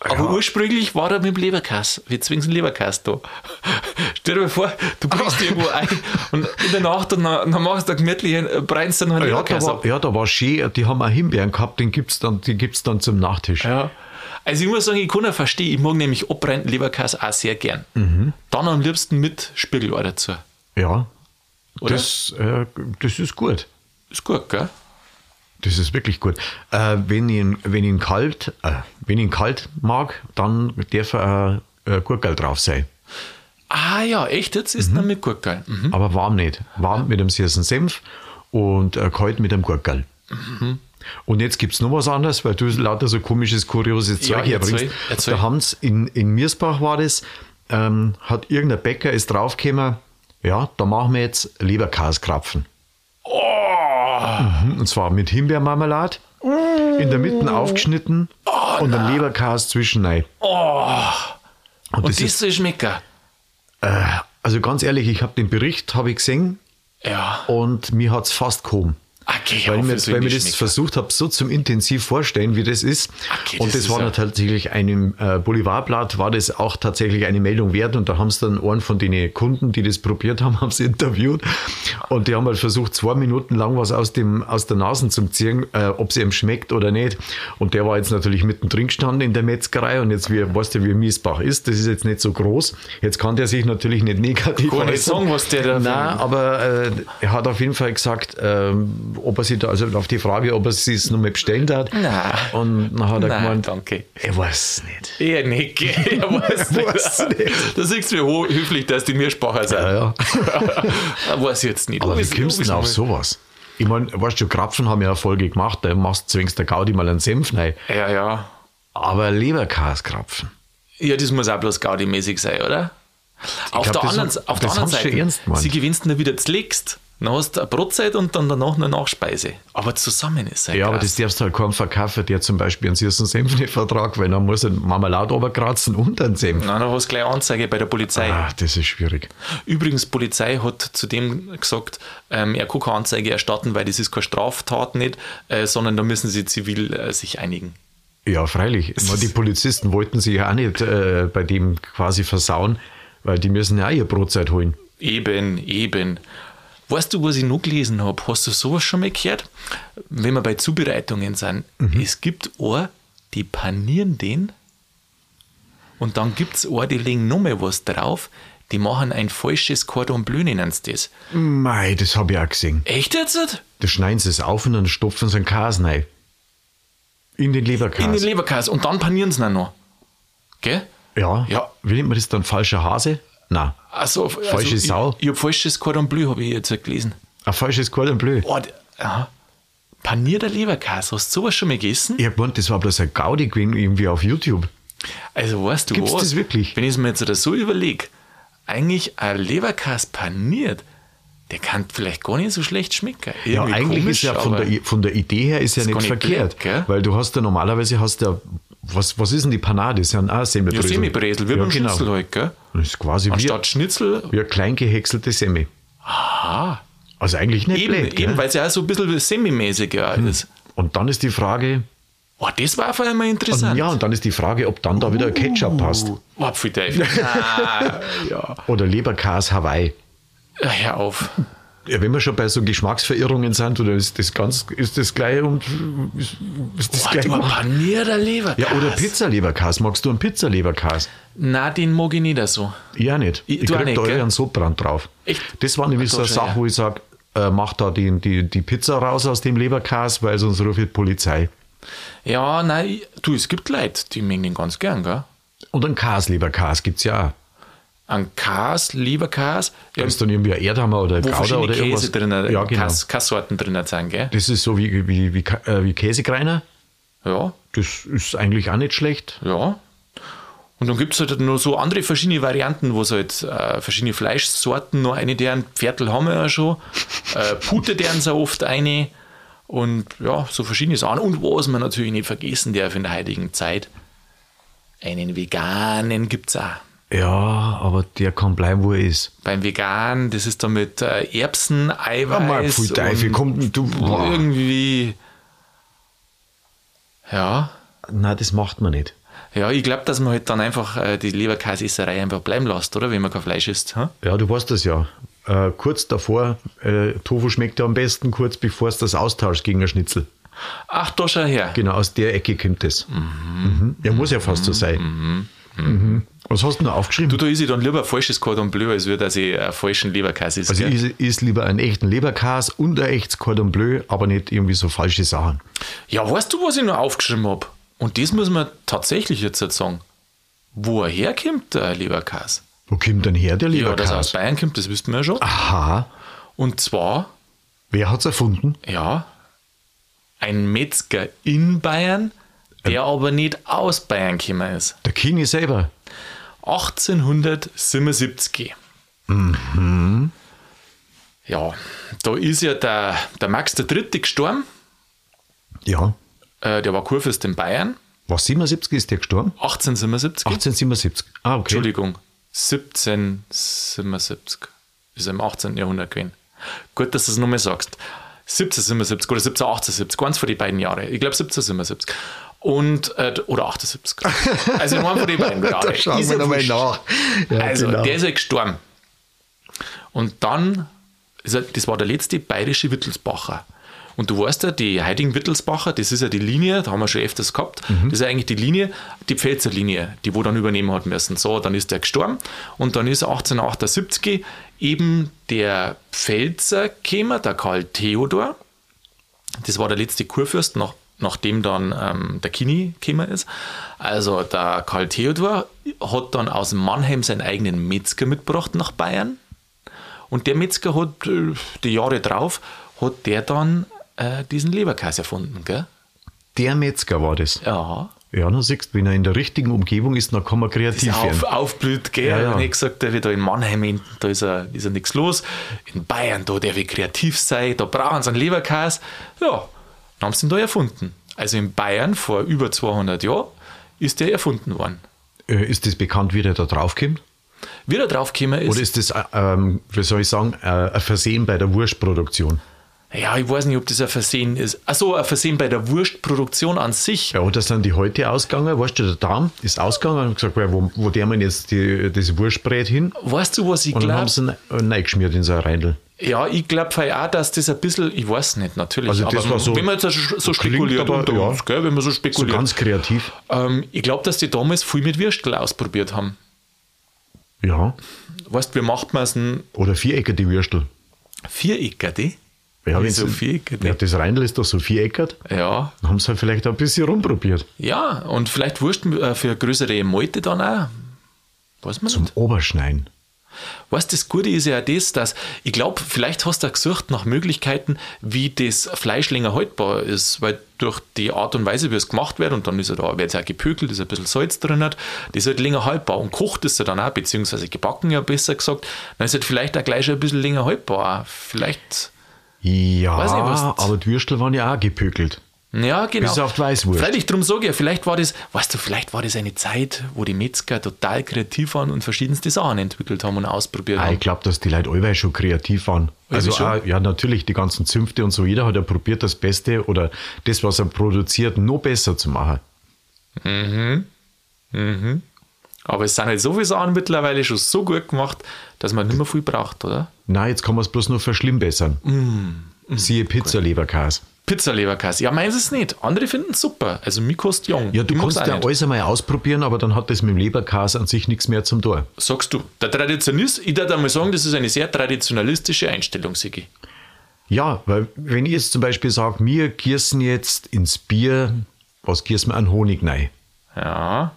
Speaker 1: Aber ursprünglich war er mit dem Leberkass. Wir zwingen den Leberkass da. [LAUGHS] Stell dir mal vor, du kriegst irgendwo ein und in der Nacht und dann, dann machst du da gemütlich, äh, brennst dann noch einen
Speaker 2: Ah Ja, da
Speaker 1: Leberkass ab.
Speaker 2: war, ja, da war schön, äh, die haben auch Himbeeren gehabt, den gibt's dann, die gibt's dann zum Nachtisch.
Speaker 1: Ja. Also ich muss sagen, ich kann ja verstehen, ich mag nämlich abbrennten Leberkass auch sehr gern. Dann am liebsten mit Spiegelei dazu.
Speaker 2: Ja,
Speaker 1: Oder?
Speaker 2: das, äh, das ist gut.
Speaker 1: ist gut, gell?
Speaker 2: Das ist wirklich gut. Äh, wenn, ich ihn, wenn, ich ihn kalt, äh, wenn ich ihn kalt mag, dann darf er äh, Gurkel drauf sein.
Speaker 1: Ah ja, echt, jetzt ist er mit Gurken. Mhm.
Speaker 2: Aber warm nicht. Warm mit einem süßen Senf und äh, kalt mit einem Gurkel.
Speaker 1: Mhm.
Speaker 2: Und jetzt gibt es noch was anderes, weil du lauter so komisches, kurioses Zeug
Speaker 1: Ja, erzähl,
Speaker 2: herbringst.
Speaker 1: erzähl.
Speaker 2: Da haben's in, in Miersbach war das, ähm, hat irgendein Bäcker ist draufgekommen, ja, da machen wir jetzt Leberkaskrapfen.
Speaker 1: Oh,
Speaker 2: Mhm, und zwar mit Himbeermarmelade, in der Mitte aufgeschnitten und dann Leberkas zwischen rein. Und, das
Speaker 1: Und
Speaker 2: ist,
Speaker 1: das ist Schmecker.
Speaker 2: also ganz ehrlich, ich habe den Bericht, habe ich gesehen,
Speaker 1: Ja.
Speaker 2: und mir hat es fast gekommen.
Speaker 1: Okay,
Speaker 2: Weil,
Speaker 1: auf,
Speaker 2: ich mir,
Speaker 1: das
Speaker 2: weil
Speaker 1: will
Speaker 2: mir
Speaker 1: nicht
Speaker 2: das
Speaker 1: schmecken.
Speaker 2: versucht habe, so zum intensiv vorstellen, wie das ist.
Speaker 1: Okay,
Speaker 2: und
Speaker 1: das
Speaker 2: das,
Speaker 1: ist
Speaker 2: war
Speaker 1: ja-
Speaker 2: dann tatsächlich einem äh, Boulevardblatt, war das auch tatsächlich eine Meldung wert. Und da haben sie dann einen von den Kunden, die das probiert haben, [LAUGHS] haben sie interviewt. Und die haben halt versucht, zwei Minuten lang was aus, dem, aus der Nase zu ziehen, äh, ob es ihm schmeckt oder nicht. Und der war jetzt natürlich mittendrin gestanden in der Metzgerei. Und jetzt, wie, weißt du, wie Miesbach ist, das ist jetzt nicht so groß. Jetzt kann der sich natürlich nicht negativ
Speaker 1: Kann nicht
Speaker 2: äußern.
Speaker 1: sagen, was der da
Speaker 2: Nein, aber äh, er hat auf jeden Fall gesagt, ähm, ob er sich da, also auf die Frage, ob er sie es nochmal bestellen hat.
Speaker 1: Nein.
Speaker 2: Und dann hat er
Speaker 1: Nein,
Speaker 2: gemeint,
Speaker 1: danke.
Speaker 2: er weiß es nicht.
Speaker 1: Eher nicht, gell?
Speaker 2: [LAUGHS]
Speaker 1: Ich weiß
Speaker 2: Weiß nicht.
Speaker 1: nicht. Da siehst du, wie ho- höflich, dass die mir Spacher sind. [LAUGHS]
Speaker 2: Ja, ja.
Speaker 1: Da weiß ich jetzt nicht.
Speaker 2: Aber
Speaker 1: Ob
Speaker 2: wie
Speaker 1: ich's-
Speaker 2: kommst du
Speaker 1: ob
Speaker 2: denn auf
Speaker 1: ich's
Speaker 2: sowas? Ich meine, weißt du, Krapfen haben ja Erfolge gemacht, da machst du zwingst der Gaudi mal einen Senf rein.
Speaker 1: mal- Ja, ja.
Speaker 2: Aber Leberkaskrapfen.
Speaker 1: Ja, das muss auch bloß Gaudi-mäßig sein, oder? Auf
Speaker 2: glaub,
Speaker 1: der
Speaker 2: das
Speaker 1: anderen,
Speaker 2: haben-
Speaker 1: auf der
Speaker 2: das
Speaker 1: anderen
Speaker 2: haben sie
Speaker 1: Seite,
Speaker 2: schon ernst gemeint.
Speaker 1: sie gewinnst dann wieder zlegst, dann hast du eine Brotzeit und dann danach eine Nachspeise. Aber zusammen ist
Speaker 2: Ja, aber das darfst du halt kaum verkaufen, der zum Beispiel einen süßen Senf nicht vertragt, weil dann muss er Marmelade runterkratzen und einen Senf.
Speaker 1: Nein, dann hast du gleich Anzeige bei der Polizei.
Speaker 2: Ah, das ist schwierig.
Speaker 1: Übrigens, die Polizei hat zudem gesagt, ähm, er kann keine Anzeige erstatten, weil das ist keine Straftat nicht, äh, sondern da müssen sie zivil äh, sich einigen.
Speaker 2: Ja, freilich. Ich meine, die Polizisten wollten sich ja auch nicht äh, bei dem quasi versauen, weil die müssen ja auch ihr Brotzeit holen.
Speaker 1: Eben, eben. Weißt du, was ich noch gelesen habe? Hast du sowas schon mal gehört? Wenn wir bei Zubereitungen sind, es gibt auch, die panieren den und dann gibt es auch, die legen nochmal was drauf, die machen ein falsches Cordon Bleu, nennen sie das.
Speaker 2: Mei, das habe ich auch gesehen.
Speaker 1: Echt jetzt?
Speaker 2: Da schneiden sie es auf und dann stopfen sie einen Käse rein. In den Leberkäse.
Speaker 1: In den Leberkäse und dann panieren sie ihn auch noch. Gell?
Speaker 2: ja.
Speaker 1: Ja.
Speaker 2: Wie nennt man das dann? Falscher Hase? Nein.
Speaker 1: Also,
Speaker 2: Falsche
Speaker 1: also,
Speaker 2: Sau.
Speaker 1: Ich, ich habe falsches Cordon Bleu, habe ich jetzt halt gelesen.
Speaker 2: Ein falsches Cordon Bleu.
Speaker 1: Oh, d- aha. Panierter Leberkäse, hast du sowas schon mal gegessen?
Speaker 2: Ich hab gemeint, das war bloß ein Gaudi gewesen, irgendwie auf YouTube.
Speaker 1: Also weißt du
Speaker 2: Gibt's
Speaker 1: was?
Speaker 2: das wirklich?
Speaker 1: Wenn ich es mir jetzt so überlege, eigentlich ein Leberkäse paniert, der kann vielleicht gar nicht so schlecht schmecken.
Speaker 2: Ja,
Speaker 1: Irgendwie
Speaker 2: eigentlich
Speaker 1: komisch,
Speaker 2: ist ja von
Speaker 1: aber-
Speaker 2: der, I- von der Idee her ist ja
Speaker 1: gar
Speaker 2: nicht
Speaker 1: nicht
Speaker 2: verkehrt.
Speaker 1: blöd, gell?
Speaker 2: weil du hast ja normalerweise hast ja, was, was ist denn die Panade? Ist ja ein ah,
Speaker 1: Ja,
Speaker 2: Semmelbresel.
Speaker 1: Semibresel, wie beim
Speaker 2: genau.
Speaker 1: Schnitzel halt, gell?
Speaker 2: Das ist quasi wie,
Speaker 1: Anstatt Schnitzel,
Speaker 2: wie eine klein gehäckselte Semmel.
Speaker 1: ah,
Speaker 2: Also eigentlich nicht
Speaker 1: eben,
Speaker 2: blöd, Hm. gell?
Speaker 1: eben weil es ja auch so ein bisschen semimäßig ja ist.
Speaker 2: Und dann ist die Frage,
Speaker 1: Oh, das war auf einmal interessant.
Speaker 2: ja, und dann ist die Frage, ob dann da wieder Ketchup passt.
Speaker 1: Uh,
Speaker 2: [LAUGHS]
Speaker 1: Wapfelteufel. Ah, ja.
Speaker 2: Oder Leberkas Hawaii.
Speaker 1: Ja, Hör auf.
Speaker 2: Ja, wenn wir schon bei so Geschmacksverirrungen sind, oder ist das ganz, ist das gleich und ist, ist das
Speaker 1: Boah,
Speaker 2: gleich
Speaker 1: du ein
Speaker 2: gemacht?
Speaker 1: panierter Leberkäse.
Speaker 2: Ja, oder Pizzaleberkas. Magst du einen Pizzaleberkas?
Speaker 1: Na, den mag ich nicht so.
Speaker 2: Ja, nicht.
Speaker 1: Ich-
Speaker 2: Ich,
Speaker 1: du auch
Speaker 2: krieg
Speaker 1: nicht,
Speaker 2: da
Speaker 1: gell?
Speaker 2: einen Sodbrand drauf.
Speaker 1: Echt?
Speaker 2: Das war nämlich so eine
Speaker 1: Gott sei
Speaker 2: Sache, wo ich sage, äh, mach da die, die, die Pizza raus aus dem Leberkas, weil sonst ruft die Polizei.
Speaker 1: Ja, nein, ich- du, es gibt Leute, die mögen den ganz gern, gell?
Speaker 2: Und einen Kas-Leberkas gibt es ja auch.
Speaker 1: Ein Kas, Leberkäse,
Speaker 2: Da
Speaker 1: ja,
Speaker 2: ist dann irgendwie ein Erdhammer oder ein
Speaker 1: wo
Speaker 2: Gouda
Speaker 1: verschiedene
Speaker 2: oder
Speaker 1: Käse
Speaker 2: irgendwas.
Speaker 1: drin, äh,
Speaker 2: ja, genau.
Speaker 1: Kass, Kasssorten drin sind, gell?
Speaker 2: Das ist so wie, wie, wie, Ka- äh, wie Käsekreiner.
Speaker 1: Ja,
Speaker 2: Das ist eigentlich auch nicht schlecht.
Speaker 1: Ja. Und dann gibt es halt noch so andere verschiedene Varianten, wo es halt äh, verschiedene Fleischsorten noch eine deren Pferdl haben wir ja schon. Äh, Pute deren so oft eine. Und ja, so verschiedene Sachen. Und was man natürlich nicht vergessen darf in der heutigen Zeit, einen veganen gibt es auch.
Speaker 2: Ja, aber der kann bleiben, wo er ist.
Speaker 1: Beim Vegan, das ist dann mit äh, Erbsen,
Speaker 2: Ja, mal,
Speaker 1: Eiweiß
Speaker 2: pfui, Teufel,
Speaker 1: und
Speaker 2: komm, du. Boah.
Speaker 1: irgendwie... Ja,
Speaker 2: Nein, das macht man nicht.
Speaker 1: ja, ich glaube, dass man halt dann einfach äh, die Leberkäsesserei einfach bleiben lässt, oder? Wenn man kein Fleisch isst. Hm?
Speaker 2: Ja, du weißt das ja. Äh, kurz davor, äh, Tofu schmeckt ja am besten, kurz bevor es das austauscht gegen ein Schnitzel.
Speaker 1: Ach, da schau her.
Speaker 2: Genau, aus der Ecke kommt das. Mhm. Ja, muss ja fast so sein. Mhm. Was hast du noch aufgeschrieben?
Speaker 1: Du, da ist ich dann lieber ein falsches Cordon Bleu, als würde, dass ich einen falschen Leberkäse esse.
Speaker 2: also
Speaker 1: gell?
Speaker 2: ich isst lieber einen echten Leberkäse und ein echtes Cordon Bleu, aber nicht irgendwie so falsche Sachen.
Speaker 1: Ja, weißt du, was ich noch aufgeschrieben habe? Und das muss man tatsächlich jetzt halt sagen. Wo er herkommt, der Leberkäse?
Speaker 2: Wo kommt denn her der
Speaker 1: Ja, dass er aus
Speaker 2: Leberkäse? Ah.
Speaker 1: Bayern kommt, das wissen wir ja schon.
Speaker 2: Aha,
Speaker 1: Und zwar,
Speaker 2: wer hat's erfunden?
Speaker 1: ja, ein Metzger in Bayern, der aber nicht aus Bayern gekommen ist.
Speaker 2: Der Kini selber.
Speaker 1: 1877. Ja, da ist ja der, der Max der Dritte gestorben.
Speaker 2: Ja.
Speaker 1: Äh, der war Kurfürst in Bayern.
Speaker 2: Was, 77 ist der gestorben?
Speaker 1: 1877.
Speaker 2: 1877. Ah, okay.
Speaker 1: Hm. Entschuldigung, 1777. Ist im 18. Jahrhundert gewesen. Gut, dass du es nochmal sagst. 1777 oder 1778, eins von den beiden Jahre. Ich glaube 1777. Und, äh, oder 78. Also in einem von den beiden Jahren.
Speaker 2: [LAUGHS] [LAUGHS] Da schauen
Speaker 1: Ist
Speaker 2: wir
Speaker 1: ja
Speaker 2: nochmal
Speaker 1: wurscht.
Speaker 2: nach. Ja,
Speaker 1: also,
Speaker 2: genau.
Speaker 1: der ist ja gestorben. Und dann, ist er- das war der letzte bayerische Wittelsbacher. Und du weißt ja, die heutigen Wittelsbacher, das ist ja die Linie, da haben wir schon öfters gehabt,
Speaker 2: Mhm.
Speaker 1: das ist ja eigentlich die Linie, die Pfälzer Linie, die wo dann übernehmen hat müssen. So, dann ist der gestorben und dann ist 1878 eben der Pfälzer Kämer, der Karl Theodor, das war der letzte Kurfürst, nach, nachdem dann ähm, der Kini gekommen ist. Also der Karl Theodor hat dann aus Mannheim seinen eigenen Metzger mitgebracht nach Bayern. Und der Metzger hat äh, die Jahre drauf, hat der dann äh, diesen Leberkäse erfunden, gell?
Speaker 2: der Metzger war das.
Speaker 1: Ja.
Speaker 2: Ja, dann siehst du, wenn er in der richtigen Umgebung ist, dann kann man kreativ
Speaker 1: Auf,
Speaker 2: werden.
Speaker 1: aufblüht, gell?
Speaker 2: Ja, ja.
Speaker 1: Und ich gesagt, der wird da in Mannheim, hinten, da ist ja, ist ja nichts los. In Bayern, da der will kreativ sein, da brauchen sie einen Leberkäse. Ja, dann haben sie ihn da erfunden. Also in Bayern vor über 200 Jahren ist der erfunden worden.
Speaker 2: Äh, Ist das bekannt, wie der da draufkommt?
Speaker 1: Wie er drauf gekommen ist,
Speaker 2: Oder ist das, äh, ähm, wie soll ich sagen, äh, ein Versehen bei der Wurstproduktion?
Speaker 1: ja, ich weiß nicht, ob das ein Versehen ist. Achso, ein Versehen bei der Wurstproduktion an sich.
Speaker 2: Ja, und das sind die heute ausgegangen, weißt du, der Darm ist ausgegangen und haben gesagt, weil wo, wo der man jetzt die, das Wurstbrät hin?
Speaker 1: Weißt du, was ich
Speaker 2: Und dann
Speaker 1: glaube?
Speaker 2: haben sie ihn äh, reingeschmiert in so ein Reindl.
Speaker 1: Ja, ich glaube auch, dass das ein bisschen, ich weiß nicht, natürlich.
Speaker 2: Also das war so-
Speaker 1: wenn man jetzt so, so
Speaker 2: klingt
Speaker 1: spekuliert
Speaker 2: aber,
Speaker 1: unter
Speaker 2: ja.
Speaker 1: uns, gell, wenn man so
Speaker 2: So
Speaker 1: spekuliert.
Speaker 2: ganz kreativ.
Speaker 1: Ähm, ich glaube, dass die damals viel mit Würstel ausprobiert haben.
Speaker 2: Ja.
Speaker 1: Weißt du, wie macht man es ein
Speaker 2: Oder Vierecker, die Würstel.
Speaker 1: Viereckerte?
Speaker 2: Ja,
Speaker 1: Wieso
Speaker 2: wenn's-
Speaker 1: Viereckerte?
Speaker 2: ja, das Reindl ist doch so viereckert.
Speaker 1: Ja,
Speaker 2: Dann haben sie halt vielleicht ein bisschen rumprobiert.
Speaker 1: ja, und vielleicht Wurst äh, für größere Malte dann auch. Weiß man nicht.
Speaker 2: Oberschneiden.
Speaker 1: Weißt du, das Gute ist ja auch das, dass ich glaube, vielleicht hast du auch gesucht nach Möglichkeiten, wie das Fleisch länger haltbar ist, weil durch die Art und Weise, wie es gemacht wird, und dann ist ja da, wird es auch gepökelt, ist ein bisschen Salz drin, hat, das ist halt länger haltbar. Und kocht ist ja dann auch, beziehungsweise gebacken ja besser gesagt, dann ist halt vielleicht auch gleich schon ein bisschen länger haltbar. Vielleicht.
Speaker 2: Ja,
Speaker 1: Weiß nicht, was-
Speaker 2: aber die Würstel waren ja auch gepökelt.
Speaker 1: Ja, genau.
Speaker 2: Bis auf die Weißwurst.
Speaker 1: Freilich, drum sage ich ja, vielleicht war das, weißt du, vielleicht war das eine Zeit, wo die Metzger total kreativ waren und verschiedenste Sachen entwickelt haben und ausprobiert
Speaker 2: Ah,
Speaker 1: haben.
Speaker 2: ich glaube, dass die Leute allweil schon kreativ waren. Also,
Speaker 1: schon?
Speaker 2: auch, ja, natürlich, die ganzen Zünfte und so. Jeder hat ja probiert, das Beste oder das, was er produziert, noch besser zu machen.
Speaker 1: Aber es sind halt so viele Sachen mittlerweile schon so gut gemacht, dass man nicht mehr viel braucht, oder?
Speaker 2: Nein, jetzt kann man es bloß nur verschlimmbessern.
Speaker 1: Mm,
Speaker 2: Siehe Pizza-Leberkäse.
Speaker 1: Pizzaleberkäse. Ja, meins ist nicht. Andere finden es super. Also, mir kostet jung.
Speaker 2: Ja, du
Speaker 1: Ich mag's
Speaker 2: kannst
Speaker 1: auch
Speaker 2: ja
Speaker 1: nicht.
Speaker 2: alles einmal ausprobieren, aber dann hat das mit dem Leberkäse an sich nichts mehr zum Tor.
Speaker 1: Sagst du, der Traditionist, ich würde einmal sagen, das ist eine sehr traditionalistische Einstellung, Sigi.
Speaker 2: Ja, weil wenn ich jetzt zum Beispiel sage, wir gießen jetzt ins Bier, was gießen wir an Honig rein?
Speaker 1: Ja,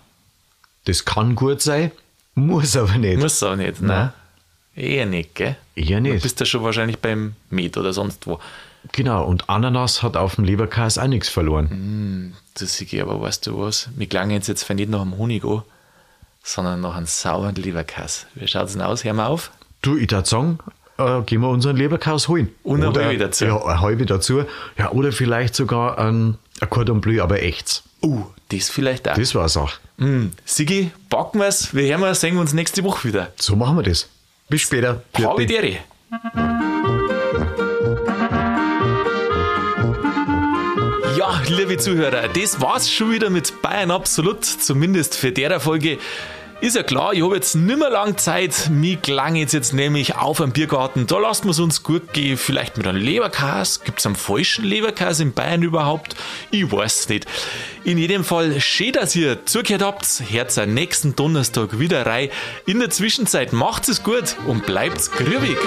Speaker 2: Das kann gut sein, muss aber nicht.
Speaker 1: muss auch nicht, ne? Eher nicht, gell?
Speaker 2: Eher
Speaker 1: Du
Speaker 2: nicht.
Speaker 1: bist ja schon wahrscheinlich beim Med oder sonst wo.
Speaker 2: Genau, und Ananas hat auf dem Leberkäse auch nichts
Speaker 1: Mhm.
Speaker 2: verloren.
Speaker 1: Das sehe ich, aber weißt du was? Mir klang jetzt jetzt nicht nach einem Honig an, sondern nach einem sauren Leberkäse. Wie schaut es denn aus? Hör mal auf.
Speaker 2: Du, ich würde sagen, äh, gehen wir unseren Leberkäse holen.
Speaker 1: Und eine halbe dazu.
Speaker 2: Ja, eine halbe dazu. Ja, oder vielleicht sogar ein, ein Cordon Bleu, aber echts.
Speaker 1: Uh, das vielleicht auch.
Speaker 2: Das war's auch.
Speaker 1: Mm, Sigi, packen wir's. Wir hören uns, sehen wir uns nächste Woche wieder.
Speaker 2: So machen wir das. Bis später.
Speaker 1: Habe dir. eh. Ja, liebe Zuhörer, das war's schon wieder mit Bayern Absolut, zumindest für derer Folge. Ist ja klar, ich habe jetzt nimmer lang Zeit. Mir klang jetzt, jetzt nämlich auf am Biergarten. Da lasst wir uns gut gehen. Vielleicht mit einem Leberkäse. Gibt es einen falschen Leberkäse in Bayern überhaupt? Ich weiß nicht. In jedem Fall, schön, dass ihr zugehört habt. Herz am nächsten Donnerstag wieder rein. In der Zwischenzeit macht's es gut und bleibt's grübig.